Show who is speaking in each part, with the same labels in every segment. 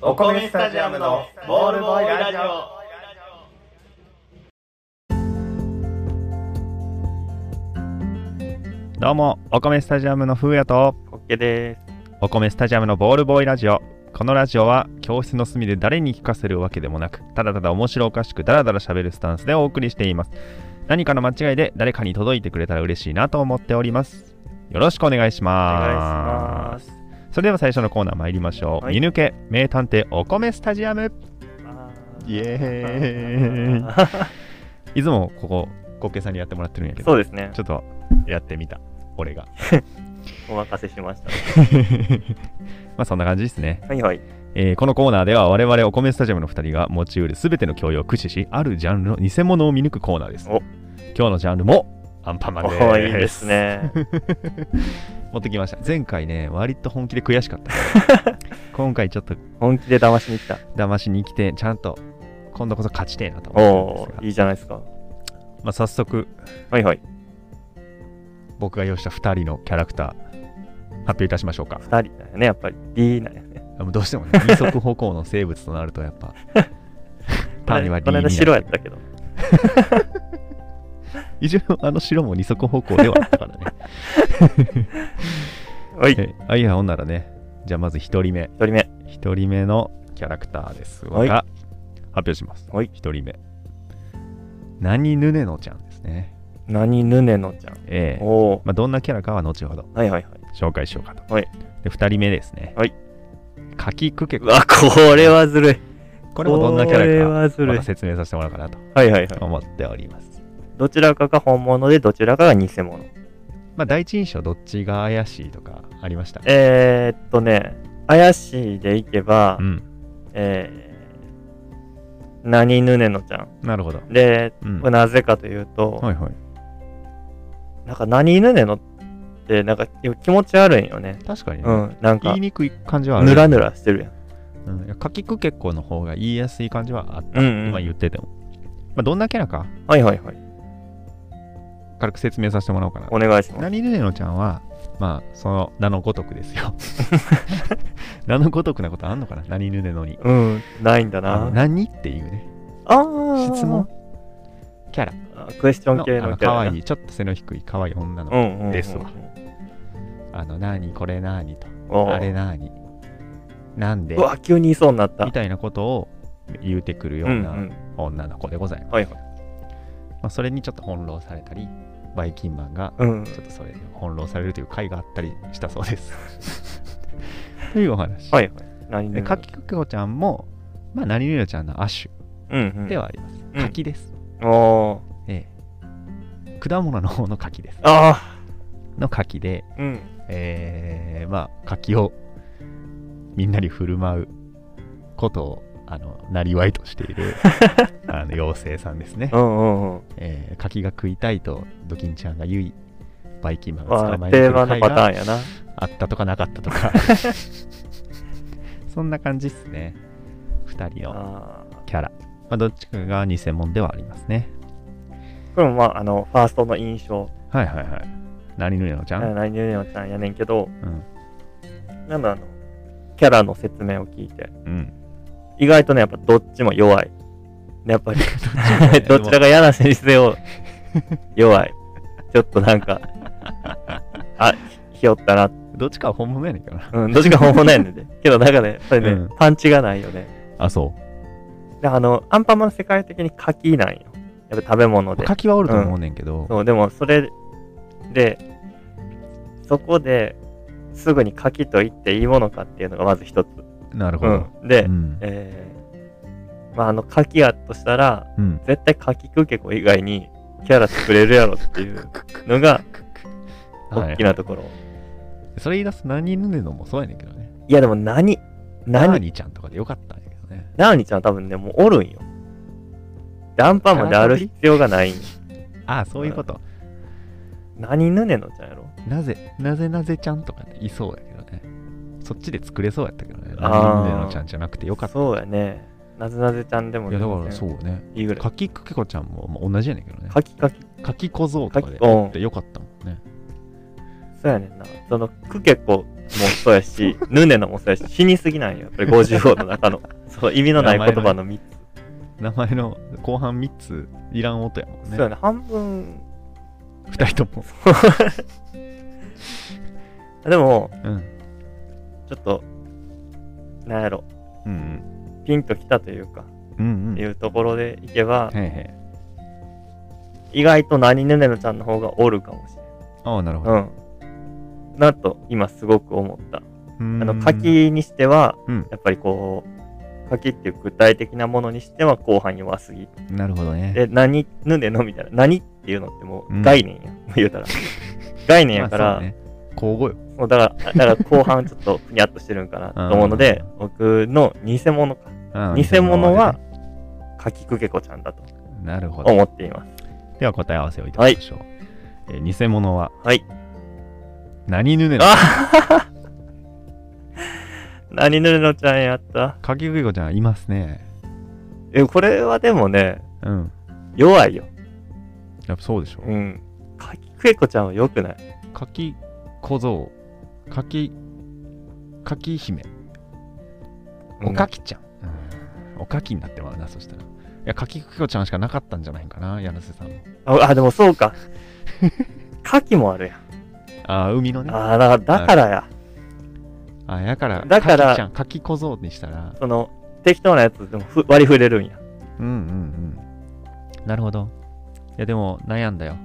Speaker 1: お米スタジアムのボールボーイラジオ
Speaker 2: どうも、お米スタジアムのふうやと、
Speaker 3: オッケーです。
Speaker 2: お米スタジアムのボールボーイラジオ。このラジオは、教室の隅で誰に聞かせるわけでもなく、ただただ面白おかしく、だらだら喋るスタンスでお送りしています。何かの間違いで誰かに届いてくれたら嬉しいなと思っております。よろしくお願いし
Speaker 3: お
Speaker 2: ます。
Speaker 3: す。
Speaker 2: それでは最初のコーナー参りましょう。
Speaker 3: はい
Speaker 2: 見抜け、名探偵お米スタジアム。イエ ーイ。いつもここ、コッケさんにやってもらってるんやけど、
Speaker 3: そうですね。
Speaker 2: ちょっとやってみた、俺が。
Speaker 3: お任せしました。
Speaker 2: まあそんな感じですね。
Speaker 3: はいはい。
Speaker 2: えーこのコーナーでは我々お米スタジアムの2人が持ちうる全ての教養を駆使しあるジャンルの偽物を見抜くコーナーです
Speaker 3: お
Speaker 2: 今日のジャンルもアンパンマンです
Speaker 3: おーいいですね。
Speaker 2: 持ってきました前回ね割と本気で悔しかった 今回ちょっと
Speaker 3: 本気で騙しに 来た。
Speaker 2: 騙しに来てちゃんと今度こそ勝ちてえなと
Speaker 3: お
Speaker 2: 思ってるん
Speaker 3: お、
Speaker 2: で
Speaker 3: いいじゃないですか。
Speaker 2: すが、まあ、早速
Speaker 3: はいはい。
Speaker 2: 僕が用意した2人のキャラクター発表いたしましょうか
Speaker 3: 二人だよね、やっぱり。D なんやね。
Speaker 2: あもうどうして もね二足歩行の生物となるとやっ ぱ単には
Speaker 3: この間
Speaker 2: 理にな
Speaker 3: 白や
Speaker 2: る
Speaker 3: ったけど。
Speaker 2: 一応あの白も二足歩行ではあったからね
Speaker 3: はい。一
Speaker 2: えあいやほんならねじゃあまず一人目
Speaker 3: 人目。
Speaker 2: 一人目のキャラクターですが、
Speaker 3: はい
Speaker 2: 発表します
Speaker 3: はい
Speaker 2: 一人目何ぬねのちゃんですね
Speaker 3: 何ぬねのちゃん。
Speaker 2: ええ
Speaker 3: おお。
Speaker 2: まあ、どんなキャラかは後ほど
Speaker 3: はいはいはい。
Speaker 2: 紹介しようかと、
Speaker 3: はい
Speaker 2: で二人目ですね
Speaker 3: はい
Speaker 2: かきくけ
Speaker 3: う
Speaker 2: こ
Speaker 3: わ、これはずるい。
Speaker 2: これもどんなキャ
Speaker 3: これ
Speaker 2: ラか
Speaker 3: はずる
Speaker 2: ま
Speaker 3: い
Speaker 2: た。説明させてもらおうかなと
Speaker 3: はいはいはい。
Speaker 2: 思っております
Speaker 3: どちらかが本物で、どちらかが偽物。
Speaker 2: まあ第一印象どっちが怪しいとかありました
Speaker 3: えーっとね、怪しいでいけば
Speaker 2: う、ん
Speaker 3: えー、何ぬねのちゃん。
Speaker 2: なるほど、
Speaker 3: で、
Speaker 2: うん、
Speaker 3: これなぜかというと、
Speaker 2: はいはい
Speaker 3: なんか何ぬねのって、なんか気持ち悪いんよね。
Speaker 2: 確かにね、
Speaker 3: うん、なん
Speaker 2: 言
Speaker 3: か
Speaker 2: い、にくい感じはある
Speaker 3: ぬらぬらしてるやん。
Speaker 2: うんいや、かきくけこの方が言いやすい感じはあった、
Speaker 3: うんうん
Speaker 2: 今言ってても。まあ、どんなキャラか、
Speaker 3: はいはいはい。
Speaker 2: 軽く説明させてもらおうかな。
Speaker 3: お願いします。
Speaker 2: 何ぬねのちゃんは、まあ、その名のごとくです よ。名のごとくなことあんのかな何ぬねのに。
Speaker 3: うん、ないんだ
Speaker 2: あの
Speaker 3: な。
Speaker 2: 何っていうね、
Speaker 3: あー
Speaker 2: 質問キャラ
Speaker 3: あクエスチョ
Speaker 2: の
Speaker 3: ン系
Speaker 2: あの
Speaker 3: のキャ
Speaker 2: 可
Speaker 3: ラやな。
Speaker 2: 愛いちょっと背の低い可愛い女の、
Speaker 3: うんうんうん。
Speaker 2: ですわあの、何これ何と、
Speaker 3: おー
Speaker 2: あれ何なんで
Speaker 3: うわ、急に言いそうになった。
Speaker 2: みたいなことを言うてくるよ
Speaker 3: う
Speaker 2: うん
Speaker 3: う。
Speaker 2: なん女の子でございます。
Speaker 3: はいはい。
Speaker 2: まあ、それにちょっと翻弄されたり、バイキンマンが
Speaker 3: うん。
Speaker 2: ちょっとそれで翻弄されるという回があったりしたそうです。 というお話。
Speaker 3: はいはい。何ぬね
Speaker 2: で、
Speaker 3: の
Speaker 2: かきくけこちゃんも、まあ、何ぬのちゃんの亜種
Speaker 3: うんうん。
Speaker 2: ではあります。
Speaker 3: うん
Speaker 2: 柿です。
Speaker 3: おー。
Speaker 2: ええ果物の方の柿です。
Speaker 3: あ
Speaker 2: の柿で、
Speaker 3: あ。うん。
Speaker 2: ええまあ、柿をみんなに振る舞うことを、あの、なりわいとしてい る、あの、妖精さんですね
Speaker 3: う。んうんうん。
Speaker 2: ええ柿が食いたいと、ドキンちゃんが言い、バイキンマンが
Speaker 3: ま
Speaker 2: 捕
Speaker 3: あ、
Speaker 2: まえてく
Speaker 3: 定
Speaker 2: る
Speaker 3: 番の
Speaker 2: 回
Speaker 3: パ
Speaker 2: が
Speaker 3: ターンやな。
Speaker 2: あったとかなかったとか そんな感じっすね2人の
Speaker 3: あー
Speaker 2: キャラ、まあ、どっちかが偽物ではありますね
Speaker 3: これもまあ、あの、ファーストの印象。
Speaker 2: はいはいはい何ぬのちゃん、
Speaker 3: 何々のちゃんやねんけど、
Speaker 2: うん
Speaker 3: なんだあの、キャラの説明を聞いて、
Speaker 2: うん
Speaker 3: 意外とね、やっぱどっちも弱い。やっ ぱり、どちらが嫌な先生を、弱い。ちょっとなんか、あ、ひひよったな。
Speaker 2: どっちかは本物やねんけどな
Speaker 3: うん、どっちか本物やねんで。けど、なんかね、やっぱりね、
Speaker 2: うん
Speaker 3: パンチがないよね。
Speaker 2: あそ
Speaker 3: で、あの、アンパンマンの世界的に柿なんよ。やっぱ食べ物
Speaker 2: う
Speaker 3: で。
Speaker 2: 柿はおると思うねんけど、
Speaker 3: そう、でもそれで、そこですぐに柿と言っていいものかっていうのがまず一つ。
Speaker 2: なるほど
Speaker 3: うんで、
Speaker 2: うん
Speaker 3: えーまああの柿やとしたら、
Speaker 2: うん
Speaker 3: 絶対柿くけこ以外にキャラ作れるやろっていうのが
Speaker 2: はい
Speaker 3: 大きなところ。い
Speaker 2: それ言い出す何ぬねのもそうやねんけどね
Speaker 3: やでも何
Speaker 2: 何
Speaker 3: 何
Speaker 2: にちゃんとかでよかったんやけどね
Speaker 3: 何ちゃんは多分ね、もうおるんよ。でアンパンマンである必要がないんよ。
Speaker 2: ああそういうこと、
Speaker 3: 何ぬねのちゃんやろ
Speaker 2: なぜなぜなぜちゃんとかねいそうやけどねそっちで作れそうやったけどね
Speaker 3: あー
Speaker 2: 何ぬねのちゃんじゃなくてよかった
Speaker 3: そうやね。なぜなぜちゃんでも
Speaker 2: いやだから
Speaker 3: 全
Speaker 2: そ
Speaker 3: 然
Speaker 2: うね。
Speaker 3: いいぐらい
Speaker 2: か。きくけこちゃんも、まあ、同じやねんけどね。
Speaker 3: 柿柿
Speaker 2: かき小僧とかで
Speaker 3: かきうん
Speaker 2: やってよかったもんね。
Speaker 3: そうやねんな。その、クケコそうやし、ヌネのもそうやし、死にすぎなんよ。やっぱり50音の中 の。そう、意味のない言葉の3つ。
Speaker 2: 名前の後半3ついらん音やもん
Speaker 3: そ
Speaker 2: ね
Speaker 3: うやね。半分。
Speaker 2: 2人とも、
Speaker 3: でも、
Speaker 2: うん、
Speaker 3: ちょっと、なんやろ、
Speaker 2: うん
Speaker 3: ピンときたというか、
Speaker 2: うんうんうん
Speaker 3: いうところでいけば、
Speaker 2: はいはい
Speaker 3: 意外と何ヌネのちゃんの方がおるかもし
Speaker 2: ああなるほ
Speaker 3: れ
Speaker 2: ど
Speaker 3: ん。うん。なと、今すごく思った。
Speaker 2: うん
Speaker 3: あの、柿にしては、
Speaker 2: うん
Speaker 3: やっぱりこう、柿っていう具体的なものにしては後半弱すぎ。
Speaker 2: なるほどね
Speaker 3: で、何、ぬでのみたいな。何っていうのっても
Speaker 2: うん
Speaker 3: う概念や。 言うたら。概念やか
Speaker 2: まあ
Speaker 3: ら
Speaker 2: そう、ね交互よ
Speaker 3: もうだから、だから後半ちょっとふにゃっとしてるんかなと思うので、僕の偽物か。
Speaker 2: うん
Speaker 3: 偽物は、柿くけこちゃんだと
Speaker 2: なるほど
Speaker 3: 思っています。
Speaker 2: では答え合わせをいたしましょう、えー偽物は
Speaker 3: はい。
Speaker 2: 何ぬねの
Speaker 3: あ何ぬるのちゃんやった。
Speaker 2: 柿食い子ちゃんいますね
Speaker 3: え、これはでもね、
Speaker 2: うん
Speaker 3: 弱いよ。
Speaker 2: やっぱそうでしょ、
Speaker 3: うん。柿くけこちゃんは良くない。
Speaker 2: 柿小僧柿柿姫おかきちゃん、うんおかきになってまうなそしたらいや柿くきこちゃんしかなかったんじゃないかな柳瀬さんも
Speaker 3: あ、あでもそう か。牡蠣もあるやん。
Speaker 2: ああ海のねあ
Speaker 3: ああ、だからだからや。
Speaker 2: あやから
Speaker 3: だから
Speaker 2: 柿ちゃん柿小僧にしたら
Speaker 3: その、適当なやつでもふ割り振れるんや。
Speaker 2: うんうんうんなるほどいやでも悩んだよ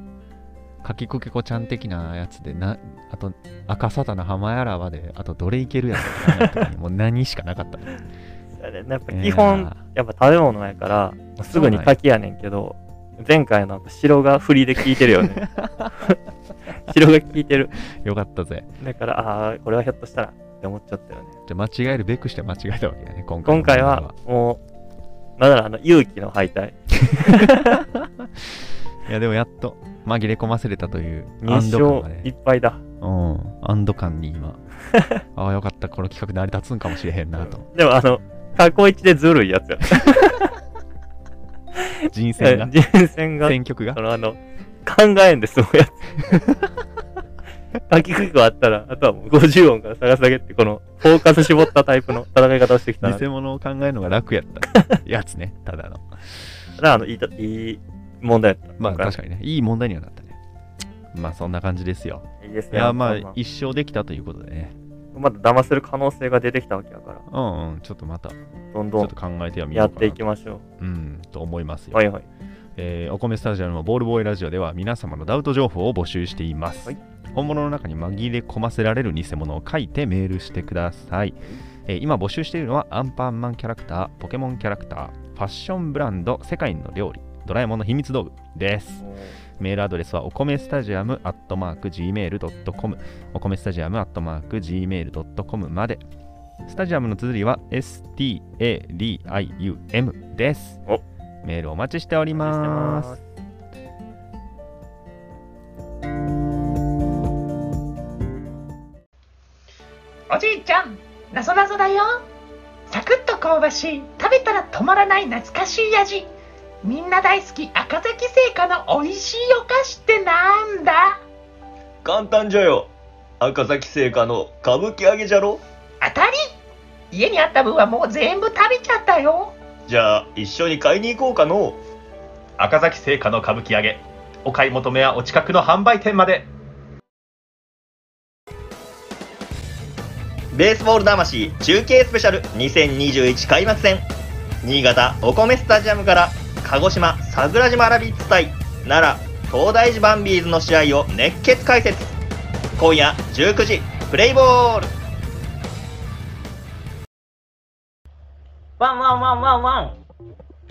Speaker 2: 柿くきこちゃん的なやつでなあと赤サタの浜やらはであとどれいけるやろって考え た時にもう何しかなかったね
Speaker 3: それねやっぱ基
Speaker 2: いや
Speaker 3: 本、やっぱ食べ物やから、もうすぐに牡蠣やねんけど、前回のやっぱ白が振りで効いてるよ ね。白が効いてる。
Speaker 2: ーよかったぜ
Speaker 3: だから、ああ、これはひょっとしたらって思っちゃったよね。
Speaker 2: じゃあ間違えるべくして間違えたわけだね今回の
Speaker 3: 今回はもう、なんならあの、勇気の敗退。
Speaker 2: いやでもやっと紛れ込ませれたという安堵
Speaker 3: 2
Speaker 2: 感がね
Speaker 3: 勝いっぱいだ。
Speaker 2: うん、安堵感 に今ああよかったこの企画成り立つんかもしれへんなと、
Speaker 3: でもあの、過去一でずるいやつや。
Speaker 2: 人選 が
Speaker 3: 人選が
Speaker 2: 選曲が
Speaker 3: そのあの、考えんで済むやつ。書きくくあったら、あとはもう50音から探すだけって、この、フォーカス絞ったタイプの 戦い方をしてきたな。
Speaker 2: 偽物を考えるのが楽 やったやつねただの
Speaker 3: ただあの、いいた、いい問題やった。
Speaker 2: まあ確かにねいい問題にはなったねまあそんな感じですよ
Speaker 3: に。いいです
Speaker 2: い
Speaker 3: ね。
Speaker 2: や
Speaker 3: ま
Speaker 2: まあ一生できたということでね
Speaker 3: まだ騙せる可能性が出てきたわけだから、
Speaker 2: うんうんちょっとまたち
Speaker 3: どん
Speaker 2: ょ
Speaker 3: ど
Speaker 2: っ
Speaker 3: ん
Speaker 2: と考えてはみよ
Speaker 3: や
Speaker 2: う
Speaker 3: っ
Speaker 2: か
Speaker 3: て
Speaker 2: ない
Speaker 3: きましょ
Speaker 2: うんと思います
Speaker 3: う。
Speaker 2: よ、
Speaker 3: はいはい。
Speaker 2: えーお米スタジアムのボールボーイラジオでは皆様のダウト情報を募集しています、
Speaker 3: はい
Speaker 2: 本物の中に紛れ込ませられる偽物を書いてメールしてください、えー今募集しているのはアンパンマンキャラクターポケモンキャラクターファッションブランド世界の料理ドラえもんの秘密道具です
Speaker 3: もう
Speaker 2: メールアドレスはお米スタジアムアットマーク Gmail.com お米スタジアムアットマーク Gmail.com までスタジアムの綴りは STADIUM です
Speaker 3: お
Speaker 2: メールお待ちしております
Speaker 4: おじいちゃんなぞなぞだよサクッと香ばしい食べたら止まらない懐かしい味みんな大好き赤崎製菓の美味しいお菓子ってなんだ
Speaker 5: 簡単じゃよ赤崎製菓の歌舞伎揚げじゃろ
Speaker 4: 当たり家にあった分はもう全部食べちゃったよ
Speaker 5: じゃあ一緒に買いに行こうかの
Speaker 1: 赤崎製菓の歌舞伎揚げお買い求めはお近くの販売店まで
Speaker 5: ベースボール魂中継スペシャル2021開幕戦新潟お米スタジアムから鹿児島桜島ラビッツ対奈良東大寺バンビーズの試合を熱血解説今夜19時プレイボール
Speaker 6: ワンワンワンワンワン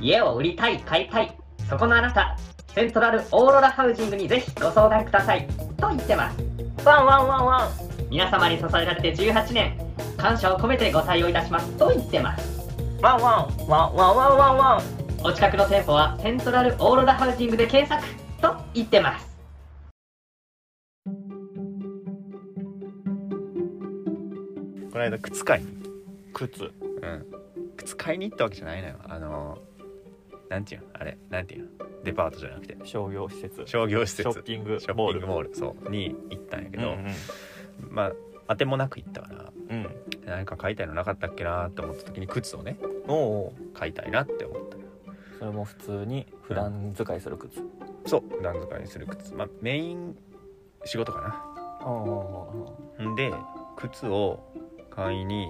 Speaker 6: 家を売りたい買いたいそこのあなたセントラルオーロラハウジングにぜひご相談くださいと言ってますワンワンワンワン皆様に支えられて18年感謝を込めてご対応いたしますと言ってますワンワンワンワンワンワンワンお近くの店舗はセントラルオーロラハウジングで検索と言ってます
Speaker 1: この間靴買いに
Speaker 5: 靴
Speaker 2: うん、靴買いに行ったわけじゃないのよあのーなんていうのあれなんていうのデパートじゃなくて
Speaker 3: 商業施設。
Speaker 2: 商業施設
Speaker 3: ショッピング
Speaker 2: ショッ
Speaker 3: モール
Speaker 2: ピングモールそうに行ったんやけ
Speaker 5: うん
Speaker 2: ど、まあ当てもなく行ったから
Speaker 5: うん。
Speaker 2: 何か買いたいのなかったっけなって思った時に靴をね
Speaker 5: おうおう
Speaker 2: 買いたいなって思ったよ
Speaker 3: それも普通に普段使いする靴。
Speaker 2: そう普段使いする靴まあメイン仕事かな
Speaker 3: ああ。
Speaker 2: んで靴を買いに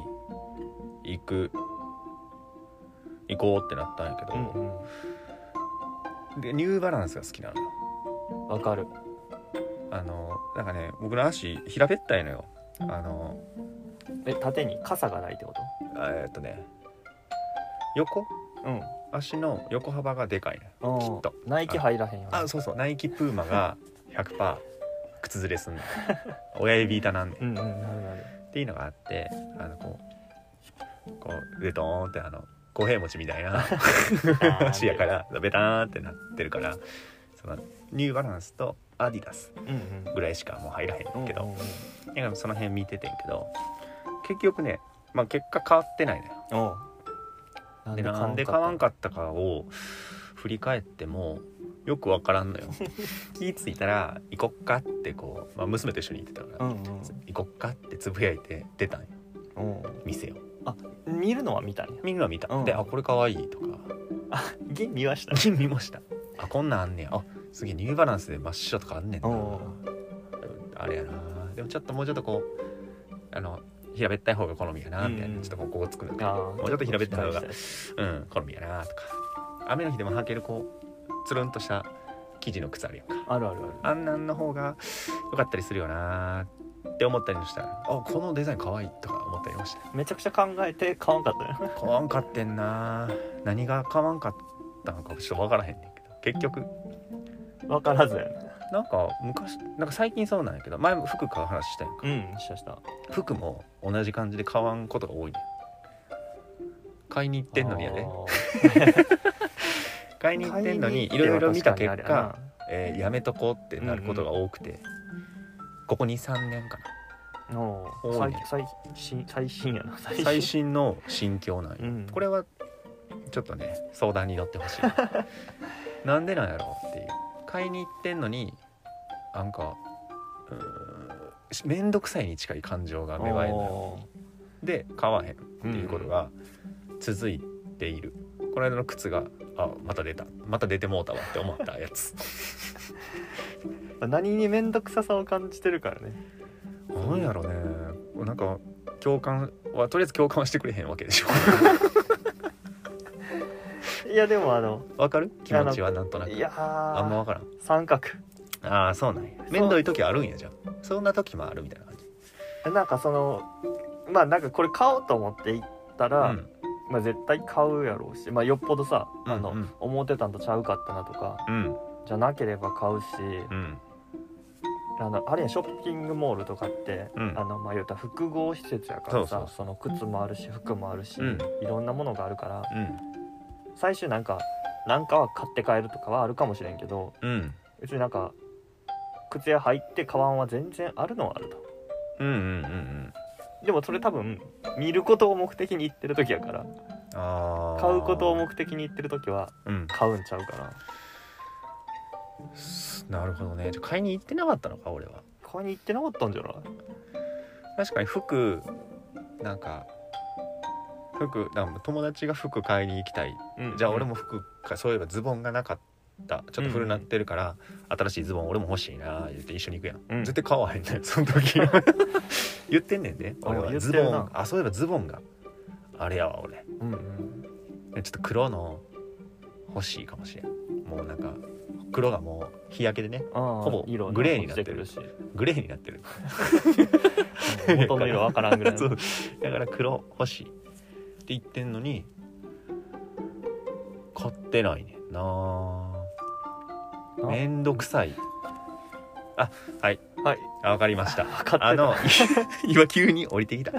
Speaker 2: 行く行こうってなったんやけど、でニューバランスが好きなのよ
Speaker 3: わかる。
Speaker 2: あのなんかね僕の足平べったいのよあの
Speaker 3: え、縦に傘がないってこと
Speaker 2: あえーっとね横
Speaker 3: うん。
Speaker 2: 足の横幅がでかいねきっと
Speaker 3: ナイキ入らへんよね。
Speaker 2: あそうそうナイキプーマが100%靴ず れすんの親指痛なんで
Speaker 3: うんうん、なるなる。
Speaker 2: っていうのがあってあのこうこうでドーンってあの五平餅みたいな 足やからベターンってなってるからそのニューバランスとアディダス
Speaker 3: うんうん。
Speaker 2: ぐらいしかもう入らへんけ
Speaker 3: うん
Speaker 2: ど
Speaker 3: うん
Speaker 2: いやその辺見ててんけど結局ね、まあ、結果変わってないのよ。
Speaker 3: うん、おうな
Speaker 2: でなんで買わんかったかを振り返ってもよくわからん のよ気ぃついたら「行こっか」ってこう、まあ、娘と一緒に行ってたか
Speaker 3: う
Speaker 2: ら
Speaker 3: んうん
Speaker 2: 「行こっか」ってつぶやいて出たんよ
Speaker 3: お
Speaker 2: 店を
Speaker 3: う見るのは見たね
Speaker 2: みんな見た、
Speaker 3: うん
Speaker 2: で「あこれかわいい」と か
Speaker 3: あ銀見ました
Speaker 2: 「見ました」「あこんなんあんねやあすげえニューバランスで真っ白とかあんねんな
Speaker 3: うん」
Speaker 2: あれやなでもちょっともうちょっとこうあの平べったい方が好みやなみたいな、
Speaker 3: うん
Speaker 2: ちょっとこうここつくの
Speaker 3: あー
Speaker 2: もうちょっと平べったい方が
Speaker 3: し
Speaker 2: うん好みやなとか雨の日でも履けるこうつるんとした生地の靴あるやんか
Speaker 3: あるあるある
Speaker 2: あんなんの方が良かったりするよなって思ったりもしたらあこのデザイン可愛いとか思ったりもして
Speaker 3: めちゃくちゃ考えて買わんかったね
Speaker 2: 買わんかってんな何が買わんかったのかちょっとわからへんねんけど結局
Speaker 3: わからずやね
Speaker 2: なんか昔なんか最近そうなんやけど前も服買う話したやんか
Speaker 3: うんしたした
Speaker 2: 服も同じ感じで買わんことが多いねん買いに行ってんのにやで買いに行ってんのにいろいろ見た結果えーやめとこうってなることが多くて、ここ23年か
Speaker 3: の
Speaker 2: 多いね
Speaker 3: 最最新最新やな最
Speaker 2: な 最新の心境なんよ、
Speaker 3: うん
Speaker 2: これはちょっとね相談に乗ってほ しいなんでなんやろうっていう買いに行ってんのになんかうーんしめんどくさいに近い感情が芽生えるのよ
Speaker 3: お
Speaker 2: で買わへんっていうことが続いている、この間の靴があまた出たまた出てもうたわって思ったやつ
Speaker 3: ー何に面倒くささを感じてるからね
Speaker 2: なんやろねなんか共感はとりあえず共感はしてくれへんわけ でしょ
Speaker 3: いやでもあの
Speaker 2: わかる気持ちはなんとなく
Speaker 3: いやー
Speaker 2: あんまわからん
Speaker 3: 三角
Speaker 2: ああそうなんや面倒い時あるんやじゃんそんな時もあるみたいな感じ
Speaker 3: なんかそのまあなんかこれ買おうと思って行ったら、
Speaker 2: うん
Speaker 3: まあ、絶対買うやろうし、まあ、よっぽどさ、
Speaker 2: うん
Speaker 3: あの
Speaker 2: うん
Speaker 3: 思ってたんとちゃうかったなとか
Speaker 2: うん
Speaker 3: じゃなければ買うし、
Speaker 2: うん
Speaker 3: あのあれやショッピングモールとかって、
Speaker 2: うん
Speaker 3: あのまあ言うたら複合施設やからさ
Speaker 2: そう
Speaker 3: そ
Speaker 2: そう
Speaker 3: の靴もあるし服もあるし、
Speaker 2: うん
Speaker 3: いろんなものがあるから
Speaker 2: うん
Speaker 3: 最終なんかなんかは買って帰るとかはあるかもしれんけど
Speaker 2: うん
Speaker 3: 別になんか靴屋入ってカバンは全然あるのはあると。
Speaker 2: うんうんうんうん
Speaker 3: でもそれ多分見ることを目的に行ってる時やから
Speaker 2: あー
Speaker 3: 買うことを目的に行ってる時は
Speaker 2: うん
Speaker 3: 買うんちゃうかな
Speaker 2: なるほどねじゃあ買いに行ってなかったのか俺は
Speaker 3: 買いに行ってなかったんじゃない
Speaker 2: 確かに服なんか服なんか友達が服買いに行きたい、じゃあ俺も服かそういえばズボンがなかったちょっと古なってるから、新しいズボン俺も欲しいな言って一緒に行くやん、
Speaker 3: うん
Speaker 2: 絶対買わへんねんそ の時言ってんねんで俺
Speaker 3: あ
Speaker 2: は
Speaker 3: 言って
Speaker 2: ズ
Speaker 3: る
Speaker 2: ボ
Speaker 3: な
Speaker 2: ンあそういえばズボンがあれやわ俺
Speaker 3: うんうん
Speaker 2: ちょっと黒の欲しいかもしれんもうなんか黒がもう日焼けでね
Speaker 3: あ
Speaker 2: ほぼ
Speaker 3: 色
Speaker 2: グレーになってる
Speaker 3: 落ちてく
Speaker 2: グレーに なってる
Speaker 3: るし元の色わからんぐらい
Speaker 2: そうだから黒欲しいって言ってんのに買ってないねんな
Speaker 3: あ
Speaker 2: めんどくさいあはい
Speaker 3: はい
Speaker 2: あわかりました
Speaker 3: 分かってた
Speaker 2: あの 今急に降りてきた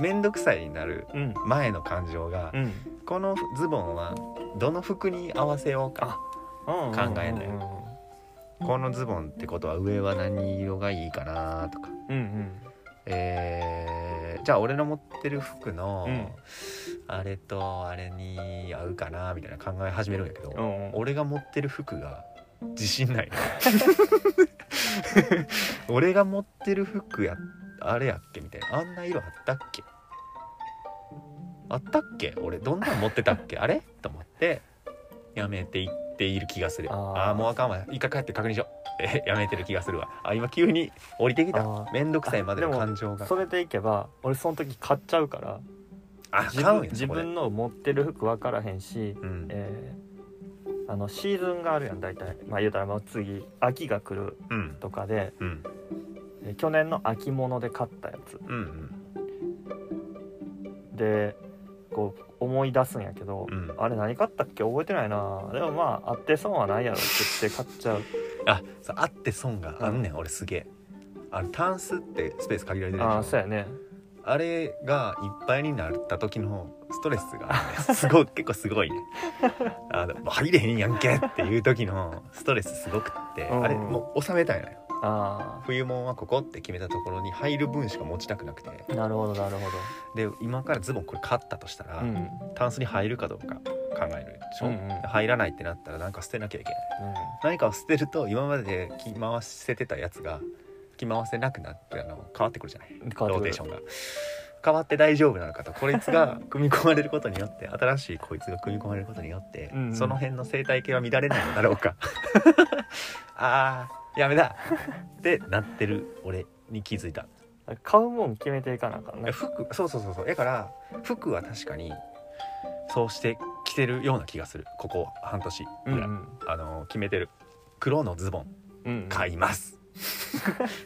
Speaker 2: めんどくさいになる
Speaker 3: うん
Speaker 2: 前の感情が
Speaker 3: うん
Speaker 2: このズボンはどの服に合わせようか
Speaker 3: 考
Speaker 2: 考えないこのズボンってことは上は何色がいいかなとか
Speaker 3: うん
Speaker 2: えーじゃあ俺の持ってる服の、
Speaker 3: うん
Speaker 2: あれとあれに合うかなみたいな考え始めるんやけど、
Speaker 3: うんうん
Speaker 2: 俺が持ってる服が 自信ない俺が持ってる服やあれやっけみたいなあんな色あったっけあったっけ俺どんなん持ってたっけあれと思ってやめていっている気がする
Speaker 3: あー
Speaker 2: ああーもうあかんわ一回帰って確認しようえやめてる気がするわあ今急に降りてきた
Speaker 3: あー
Speaker 2: めんどくさいまでの感情が
Speaker 3: それでいけば俺その時買っちゃうから
Speaker 2: あ
Speaker 3: 自
Speaker 2: 買うん
Speaker 3: 分
Speaker 2: や
Speaker 3: 自
Speaker 2: これ
Speaker 3: 分の持ってる服分からへんし、
Speaker 2: うん
Speaker 3: えーあのシーズンがあるやん大体まあ言うたらもう次秋が来る
Speaker 2: うん
Speaker 3: とかで、
Speaker 2: うん
Speaker 3: えー去年の秋物で買ったやつ
Speaker 2: うんうん
Speaker 3: でこう思い出すんやけど、
Speaker 2: うん
Speaker 3: あれ何買ったっけ覚えてないなでもまああって損はないやろって言って買っちゃう
Speaker 2: あそうあって損があんねん俺すげえあのタンスってスペース限られてるでしょ
Speaker 3: ああそうやね
Speaker 2: あれがいっぱいになった時のストレスがあ るねすごい結構すごいねあの入れへんやんけっていう時のストレスすごくって
Speaker 3: うん
Speaker 2: あれもう収めたいのよ
Speaker 3: あ
Speaker 2: 冬物はここって決めたところに入る分しか持ちたくなくて
Speaker 3: あなるほどなるほ
Speaker 2: で今からズボンこれ買ったとした
Speaker 3: ど
Speaker 2: ら、
Speaker 3: うん、うん、
Speaker 2: タンスに入るかどうか考えるでしょ、
Speaker 3: うんうん
Speaker 2: 入らないってなったら何か捨てなきゃいけない何かを捨てると今まで着回せてたやつが着回せなくなってあの変わってくるじゃない
Speaker 3: 変わ
Speaker 2: ロ
Speaker 3: っ
Speaker 2: ー
Speaker 3: て
Speaker 2: テー
Speaker 3: く
Speaker 2: ショ
Speaker 3: る
Speaker 2: ンが変わって大丈夫なのかとこいつ が組み込まれることによって新しいこいつが組み込まれることによって、
Speaker 3: うんうん
Speaker 2: その辺の生態系は乱れないのだろ うかあーやめだってなってる俺に気づいた
Speaker 3: 買うもん決めていかなあかんね
Speaker 2: 服そうそうそうそうだから服は確かにそうして着てるような気がするここ半年ぐ
Speaker 3: うん
Speaker 2: ら
Speaker 3: う
Speaker 2: い、
Speaker 3: ん
Speaker 2: あのー決めてる黒のズボン
Speaker 3: うんうん
Speaker 2: 買 います、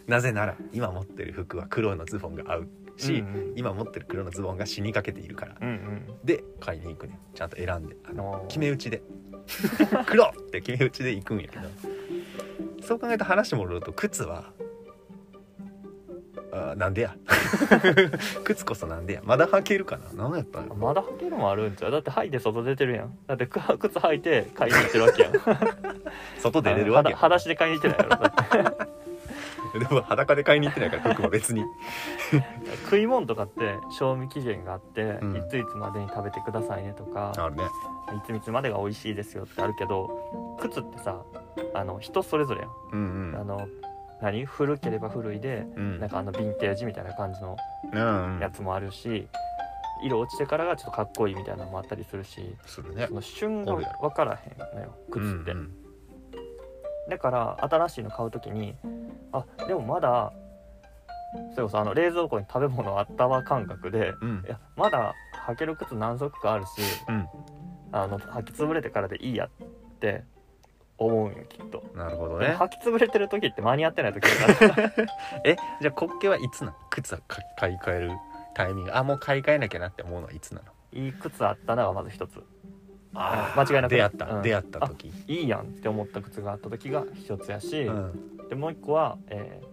Speaker 2: なぜなら今持ってる服は黒のズボンが合うし、
Speaker 3: うんうん
Speaker 2: 今持ってる黒のズボンが死にかけているから
Speaker 3: うんうん
Speaker 2: で買いに行くねちゃんと選んであ
Speaker 3: お
Speaker 2: の
Speaker 3: ー
Speaker 2: 決め打ちで 黒って決め打ちで行くんやけどそう考えた話もると靴はあーな んでや靴こそなんでやまだ履けるかな何やったんやろ
Speaker 3: まだ履けるもあるんちゃうだって履いて外出てるやんだってく靴履いて買いに行ってるわ けやん
Speaker 2: 外出れるわけ
Speaker 3: あの裸裸足で買いに行ってないやろだって
Speaker 2: でも裸で買いに行ってないから服は別に
Speaker 3: 食い物とかって賞味期限があって、
Speaker 2: うん
Speaker 3: いついつまでに食べてくださいねとか
Speaker 2: あるね
Speaker 3: いついつまでが美味しいですよってあるけど靴ってさあの人それぞれやん、
Speaker 2: うん
Speaker 3: あの何古ければ古いで
Speaker 2: うんうん
Speaker 3: なんかあのヴィンテージみたいな感じの
Speaker 2: うんう
Speaker 3: や
Speaker 2: ん
Speaker 3: つもあるし、色落ちてからがちょっとかっこいいみたいなのもあったりするし
Speaker 2: するね
Speaker 3: その旬が
Speaker 2: おるや
Speaker 3: 分からへんのよ靴って、
Speaker 2: うんうん
Speaker 3: だから新しいの買う時にあでもまだそれこそあの冷蔵庫に食べ物あったわ感覚で
Speaker 2: うん
Speaker 3: いやまだ履ける靴何足かあるし、
Speaker 2: うん
Speaker 3: あの履き潰れてからでいいやって思うんよきっと、
Speaker 2: なるほど
Speaker 3: でも
Speaker 2: ね
Speaker 3: 履き潰れてる時って間に合ってない時だから
Speaker 2: えじゃあ滑稽はいつなの靴はか買い替えるタイミングあもう買い替えなきゃなって思うのはいつなの
Speaker 3: いい靴あったながまず一つ
Speaker 2: あ
Speaker 3: 間違いなく
Speaker 2: 出会った、
Speaker 3: うん
Speaker 2: 出会った時、
Speaker 3: いいやんって思った靴があった時が一つやし、
Speaker 2: うん、
Speaker 3: でもう一個は、えー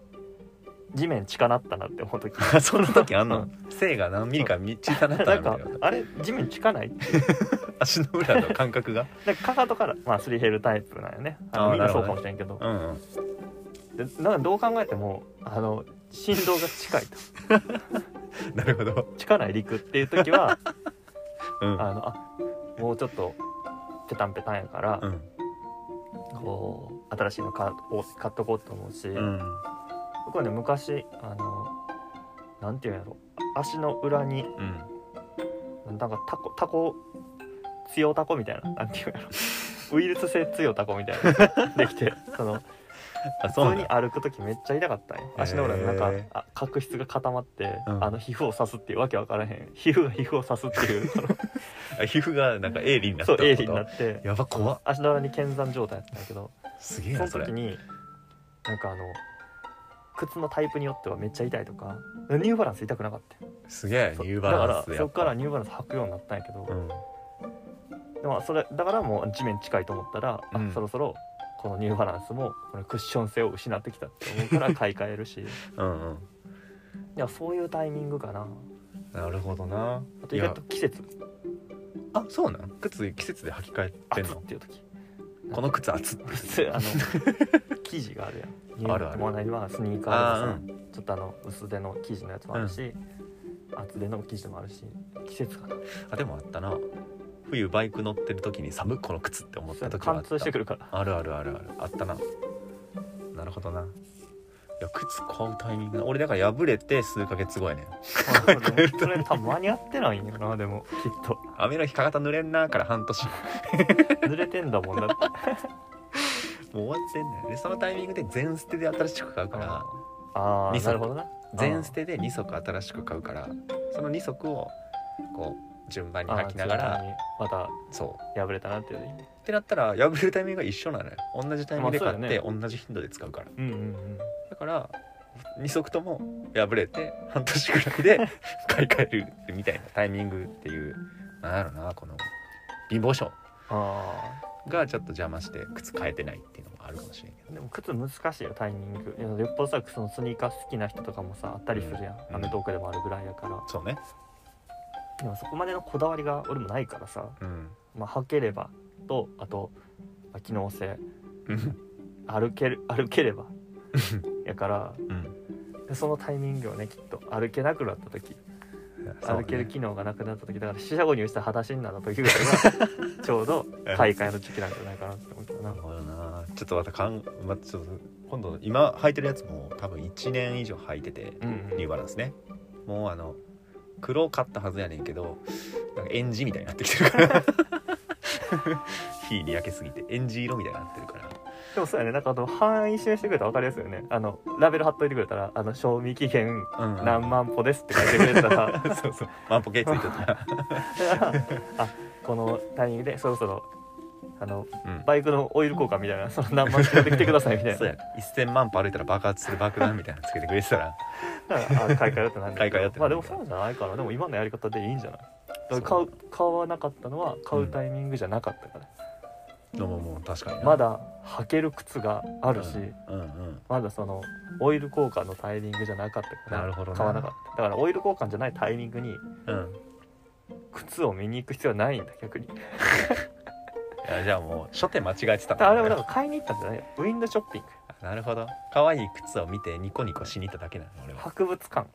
Speaker 3: 地面近なったなって思う時
Speaker 2: そんな 時あん
Speaker 3: う
Speaker 2: の性が何ミリか小さなった
Speaker 3: なん
Speaker 2: みた
Speaker 3: か
Speaker 2: いな
Speaker 3: あれ地面近ない
Speaker 2: 足の裏の感覚が
Speaker 3: でかかとから、まあ、すり減るタイプなんよねあの
Speaker 2: あー
Speaker 3: みんなそう
Speaker 2: な
Speaker 3: かも
Speaker 2: るほ
Speaker 3: しれんけど
Speaker 2: うん、うん、
Speaker 3: でなんかどう考えてもあの振動が近いと
Speaker 2: なるほど、
Speaker 3: 近ない陸っていう時は
Speaker 2: うん
Speaker 3: あのあもうちょっとペタンペタンやから、
Speaker 2: うん
Speaker 3: こう新しいの買おう買っとこうと思うし、
Speaker 2: うん、
Speaker 3: 僕はね昔あのなんていうんやろ足の裏に
Speaker 2: うん、
Speaker 3: なんかタコタコ強タコみたいななんていうん やろウイルス性強タコみたいなのができてその
Speaker 2: あそう
Speaker 3: 普通
Speaker 2: なん
Speaker 3: に
Speaker 2: だ
Speaker 3: 歩く時めっちゃ痛かったんよ足の裏のなんか、
Speaker 2: へ
Speaker 3: あ角質が固まって、
Speaker 2: うん
Speaker 3: あの皮膚を刺すっていうわけわからへん皮膚が皮膚を刺すって いうその
Speaker 2: あ皮膚がなんか鋭利になった
Speaker 3: そう
Speaker 2: っ
Speaker 3: 鋭
Speaker 2: てこと
Speaker 3: 利になって
Speaker 2: やば怖っ
Speaker 3: 足の裏に剣山状態やったんやけど
Speaker 2: すげえ
Speaker 3: そ
Speaker 2: な
Speaker 3: の
Speaker 2: それ
Speaker 3: 時になんかあの靴のタイプによってはめっちゃ痛いとかニューバランス痛くなかったよ
Speaker 2: すげえ
Speaker 3: そう
Speaker 2: ニューバランス
Speaker 3: だから
Speaker 2: や
Speaker 3: そ
Speaker 2: っ
Speaker 3: っから
Speaker 2: ぱ
Speaker 3: ニューバランス履くようになったんやけど、
Speaker 2: うん
Speaker 3: でもそれだからもう地面近いと思ったら、
Speaker 2: うん
Speaker 3: あそろそろこのニューバランスもこのクッション性を失ってきたって思うから買い替える しい
Speaker 2: うんうん
Speaker 3: やそういうタイミングかな
Speaker 2: なるほどな
Speaker 3: あと意外と季節
Speaker 2: あそうなん靴季節で履き替えてん
Speaker 3: 暑っ
Speaker 2: の
Speaker 3: ていう時
Speaker 2: この靴熱っ
Speaker 3: 普通 あの生地があるやんニュー
Speaker 2: あるある
Speaker 3: バランスはスニーカーでさ、ちょっとあの薄手の生地のやつもあるし、厚手の生地もあるし季節かな
Speaker 2: あでもあったな冬バイク乗ってる時に寒っこの靴って思った時はあ
Speaker 3: 貫
Speaker 2: っ
Speaker 3: 通して
Speaker 2: た
Speaker 3: くるから
Speaker 2: あるあるあるあるあったななるほどなや靴買うタイミングな俺だから破れて数ヶ月後やねん
Speaker 3: でもそれ多分間に合ってないんやなでもきっと
Speaker 2: 雨の日かかた濡れんなから半 年も
Speaker 3: 濡れてんだもんだって
Speaker 2: う終わってんねんでそのタイミングで全捨てで新しく買うから
Speaker 3: ああ
Speaker 2: 二足
Speaker 3: なるほどな
Speaker 2: 全捨てで2足新しく買うからその2足をこう順番に
Speaker 3: あ
Speaker 2: 履きながら
Speaker 3: また
Speaker 2: そう
Speaker 3: 破れたなっていうね
Speaker 2: ってなったら破れるタイミングが一緒なのよ同じタイミングで買って、
Speaker 3: まあそうだ
Speaker 2: 同じ頻度で使うから
Speaker 3: うんうんうん
Speaker 2: だから2足とも破れて半年ぐらい で買い替えるみたいなタイミングっていうなんやろなこの貧乏症
Speaker 3: ああ
Speaker 2: がちょっと邪魔して靴変えてないっていうのもあるかもしれんけど
Speaker 3: でも靴難しいよタイミングいやよっぽどさそのスニーカー好きな人とかもさあったりするやん、
Speaker 2: うん
Speaker 3: アメトークでもあるぐらいやから
Speaker 2: そうね
Speaker 3: でもそこまでのこだわりが俺もないからさ、
Speaker 2: うん
Speaker 3: まあ、履ければとあと、まあ、機能性
Speaker 2: うん
Speaker 3: 歩ける 歩ければやから
Speaker 2: うん
Speaker 3: でそのタイミングをねきっと歩けなくなった時、
Speaker 2: そう
Speaker 3: 歩ける
Speaker 2: ね
Speaker 3: 機能がなくなった時だから四捨五入した裸足になった時ぐらいが ちょうど買い替えの時期なんじゃないかなって思うけどな
Speaker 2: なるほどなちょっとまたかん、まあ、ちょっと今度今履いてるやつも多分1年以上履いてて
Speaker 3: うんうん
Speaker 2: ニューバランスねもうあの黒買ったはずやねんけどなんかエンジみたいになってきてるから 火に焼けすぎてエンジ色みたいになってるから
Speaker 3: でもそうやねなんかあの範囲示してくれたら分かりやすいよねあのラベル貼っといてくれたらあの賞味期限
Speaker 2: うん
Speaker 3: 何万歩ですって書いてくれたら
Speaker 2: そうそう万歩計つい てた
Speaker 3: あこのタイミングでそろそろあの
Speaker 2: うん
Speaker 3: バイクのオイル交換みたいなその何万歩で来てくださいみたい
Speaker 2: そう
Speaker 3: な
Speaker 2: や1000万歩歩いたら爆発する爆弾みたいなのつけてくれてたら
Speaker 3: あ買い替えようってなんだけど
Speaker 2: 買い替えようって
Speaker 3: まあ
Speaker 2: なんだけど
Speaker 3: でもそうじゃないからでも今のやり方でいいんじゃないだから
Speaker 2: そ
Speaker 3: 買
Speaker 2: う
Speaker 3: う買わなかったのは買うタイミングじゃなかったから、
Speaker 2: でももう確かにな
Speaker 3: まだ履ける靴があるし、
Speaker 2: うんうん
Speaker 3: まだそのオイル交換のタイミングじゃなかったから
Speaker 2: なるほどな
Speaker 3: 買わなかっただからオイル交換じゃないタイミングに
Speaker 2: うん
Speaker 3: 靴を見に行く必要はないんだ逆に
Speaker 2: いやじゃあもう初手間違えて
Speaker 3: だ
Speaker 2: た
Speaker 3: からあれも
Speaker 2: な
Speaker 3: なんか買いに行ったんじゃないよウィンドショッピング
Speaker 2: なるほど可愛い靴を見てニコニコしに行っただけなの俺は
Speaker 3: 博物館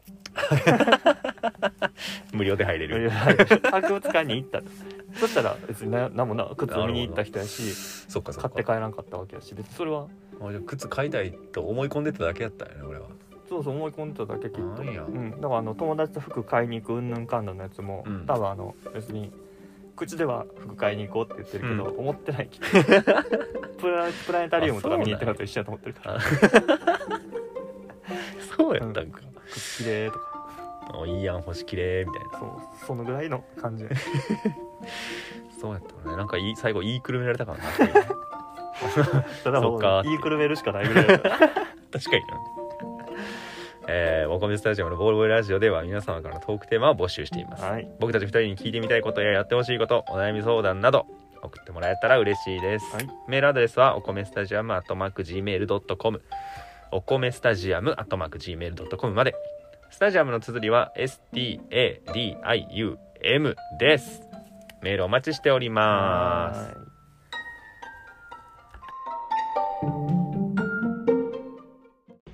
Speaker 2: 無料で入れ
Speaker 3: いや
Speaker 2: る
Speaker 3: 博物館に行ったそしたら別にな何もな靴見に行った人やし
Speaker 2: そっかそっ
Speaker 3: 買
Speaker 2: か
Speaker 3: って帰らんかったわけやし別にそれは
Speaker 2: あじゃあ靴買いたいと思い込んでただけやったよね俺は
Speaker 3: そうそう思い込んでただけきっと
Speaker 2: なんや
Speaker 3: うん、だからあの友達と服買いに行くうんぬんかんぬんのやつも、
Speaker 2: うん
Speaker 3: 多分あの別に口では服買いに行こうって言ってるけど、思ってないきっと プラプラネタリウムとか見に行ったのと一緒だと思ってるから
Speaker 2: そうやったんか、
Speaker 3: 綺麗とか
Speaker 2: おいいやん星綺麗みたいな
Speaker 3: そうそのぐらいの感じ
Speaker 2: そうやったねなんかいい最後言いくるめられたからな
Speaker 3: ただも
Speaker 2: そ
Speaker 3: う
Speaker 2: っか
Speaker 3: 言いくるめるしかないぐらいだから
Speaker 2: 確かになえー、お米スタジアムのボールボーイラジオでは皆様からのトークテーマを募集しています、
Speaker 3: はい
Speaker 2: 僕たち2人に聞いてみたいことややってほしいことお悩み相談など送ってもらえたら嬉しいです、
Speaker 3: はい
Speaker 2: メールアドレスはお米スタジアムアットマーク Gmail.com お米スタジアムアットマーク Gmail.com までスタジアムの綴りは STADIUM ですメールお待ちしております
Speaker 3: はい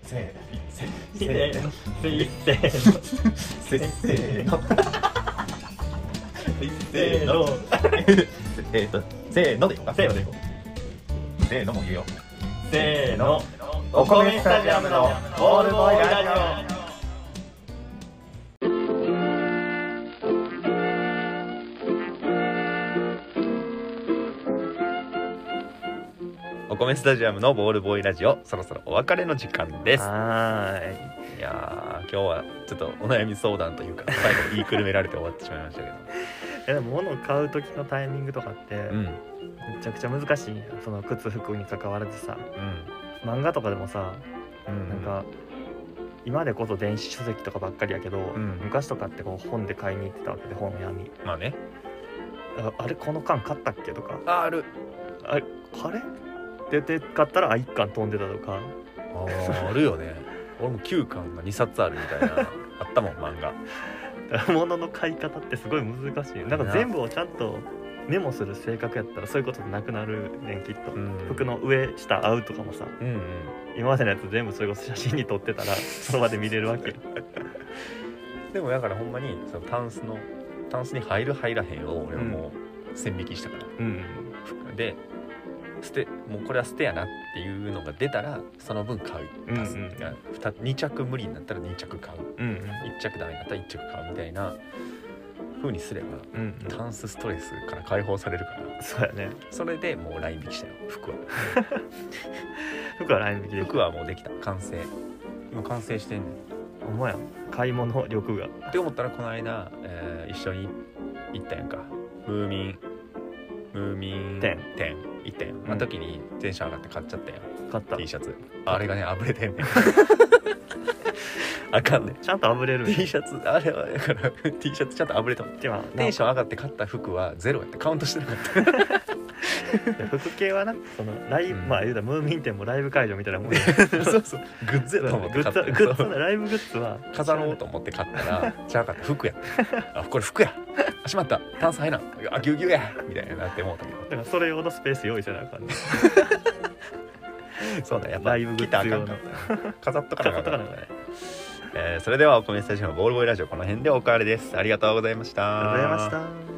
Speaker 5: せーのせー
Speaker 1: せーの えっとせーのでいこうかせーのでいこうせーのも言うよ
Speaker 5: せーのお米スタジアムのボールボーイラジオ
Speaker 2: お米スタジアムのボールボーイラジオそろそろお別れの時間です
Speaker 3: はーい
Speaker 2: いやー今日はちょっとお悩み相談という か最後言いくるめられて終わってしまいましたけど
Speaker 3: えでも物を買う時のタイミングとかって
Speaker 2: うんう
Speaker 3: めちゃくちゃ難しいんやその靴服に関わらずさ
Speaker 2: ん
Speaker 3: 漫画とかでもさ
Speaker 2: うん
Speaker 3: なんか、今でこそ電子書籍とかばっかりやけど、
Speaker 2: ん
Speaker 3: 昔とかってこう本で買いに行ってたわけで本屋に
Speaker 2: まあね
Speaker 3: ああれこの缶買ったっけとか
Speaker 2: ある
Speaker 3: あれあれって言って買ったらあ1巻飛んでたとか
Speaker 2: あーあるよね俺も9巻が2冊あるみた いなあったもん漫画
Speaker 3: だから物の買い方ってすごい難しいなんか全部をちゃんとメモする性格やったらそういうことなくなるねんきっと、
Speaker 2: ん
Speaker 3: 服の上下合うとかもさ
Speaker 2: うんうん
Speaker 3: 今までのやつ全部それこそ写真に撮ってたらその場で見れるわけよ
Speaker 2: でもだからほんまにそのタンスのタンスに入る入らへんを俺はもう線引きしたから、
Speaker 3: うん
Speaker 2: で捨てもうこれは捨てやなっていうのが出たらその分買う
Speaker 3: うんうん
Speaker 2: 足す、いやふた二 2, 着無理になったら2着買う
Speaker 3: うん
Speaker 2: 1着ダメだったら1着買うみたいな風にすれば
Speaker 3: うんうん
Speaker 2: タンスストレスから解放されるから
Speaker 3: そうやね
Speaker 2: それでもうライン引きしたよ服は
Speaker 3: 服はライン引きで
Speaker 2: 服はもうできた完成今完成してんねん
Speaker 3: お前や買い物力が
Speaker 2: って思ったらこの間、えー一緒に行ったやんかムーミンムーミン
Speaker 3: 店
Speaker 2: 店行ったやん、あの時にテンション上がって買っちゃったやん
Speaker 3: 買った
Speaker 2: T シャツあれがねあぶれてんねんあかんねん
Speaker 3: ちゃんとあぶれる
Speaker 2: T シャツあれはだから T シャツちゃんとあぶれたもん
Speaker 3: では
Speaker 2: テンション上がって買った服はゼロやってカウントしてなかった
Speaker 3: 服系はなそのライブ、
Speaker 2: うん
Speaker 3: まあ言うたらムーミン店もライブ会場みたいなもん
Speaker 2: そうそうグッズやと思って
Speaker 3: グッズ
Speaker 2: 買った
Speaker 3: はグッズのライブグッズは
Speaker 2: 飾ろうと思って買ったらちゃうかった服やあこれ服やあしまった炭酸入らんあぎゅうぎゅうやみたいになってもうたけど
Speaker 3: だからそれ用のスペース用意せなあかんね
Speaker 2: そうだやっぱ
Speaker 3: ライブグッズ用の
Speaker 2: 着たらあかんかった飾っとかなあ
Speaker 3: 飾っと
Speaker 2: か
Speaker 3: か
Speaker 2: ん
Speaker 3: なあか
Speaker 2: かっ
Speaker 3: ん
Speaker 2: たねえーそれではお米スタジオのボールボーイラジオこの辺でおかわりですありがとうございました
Speaker 3: ありがとうございました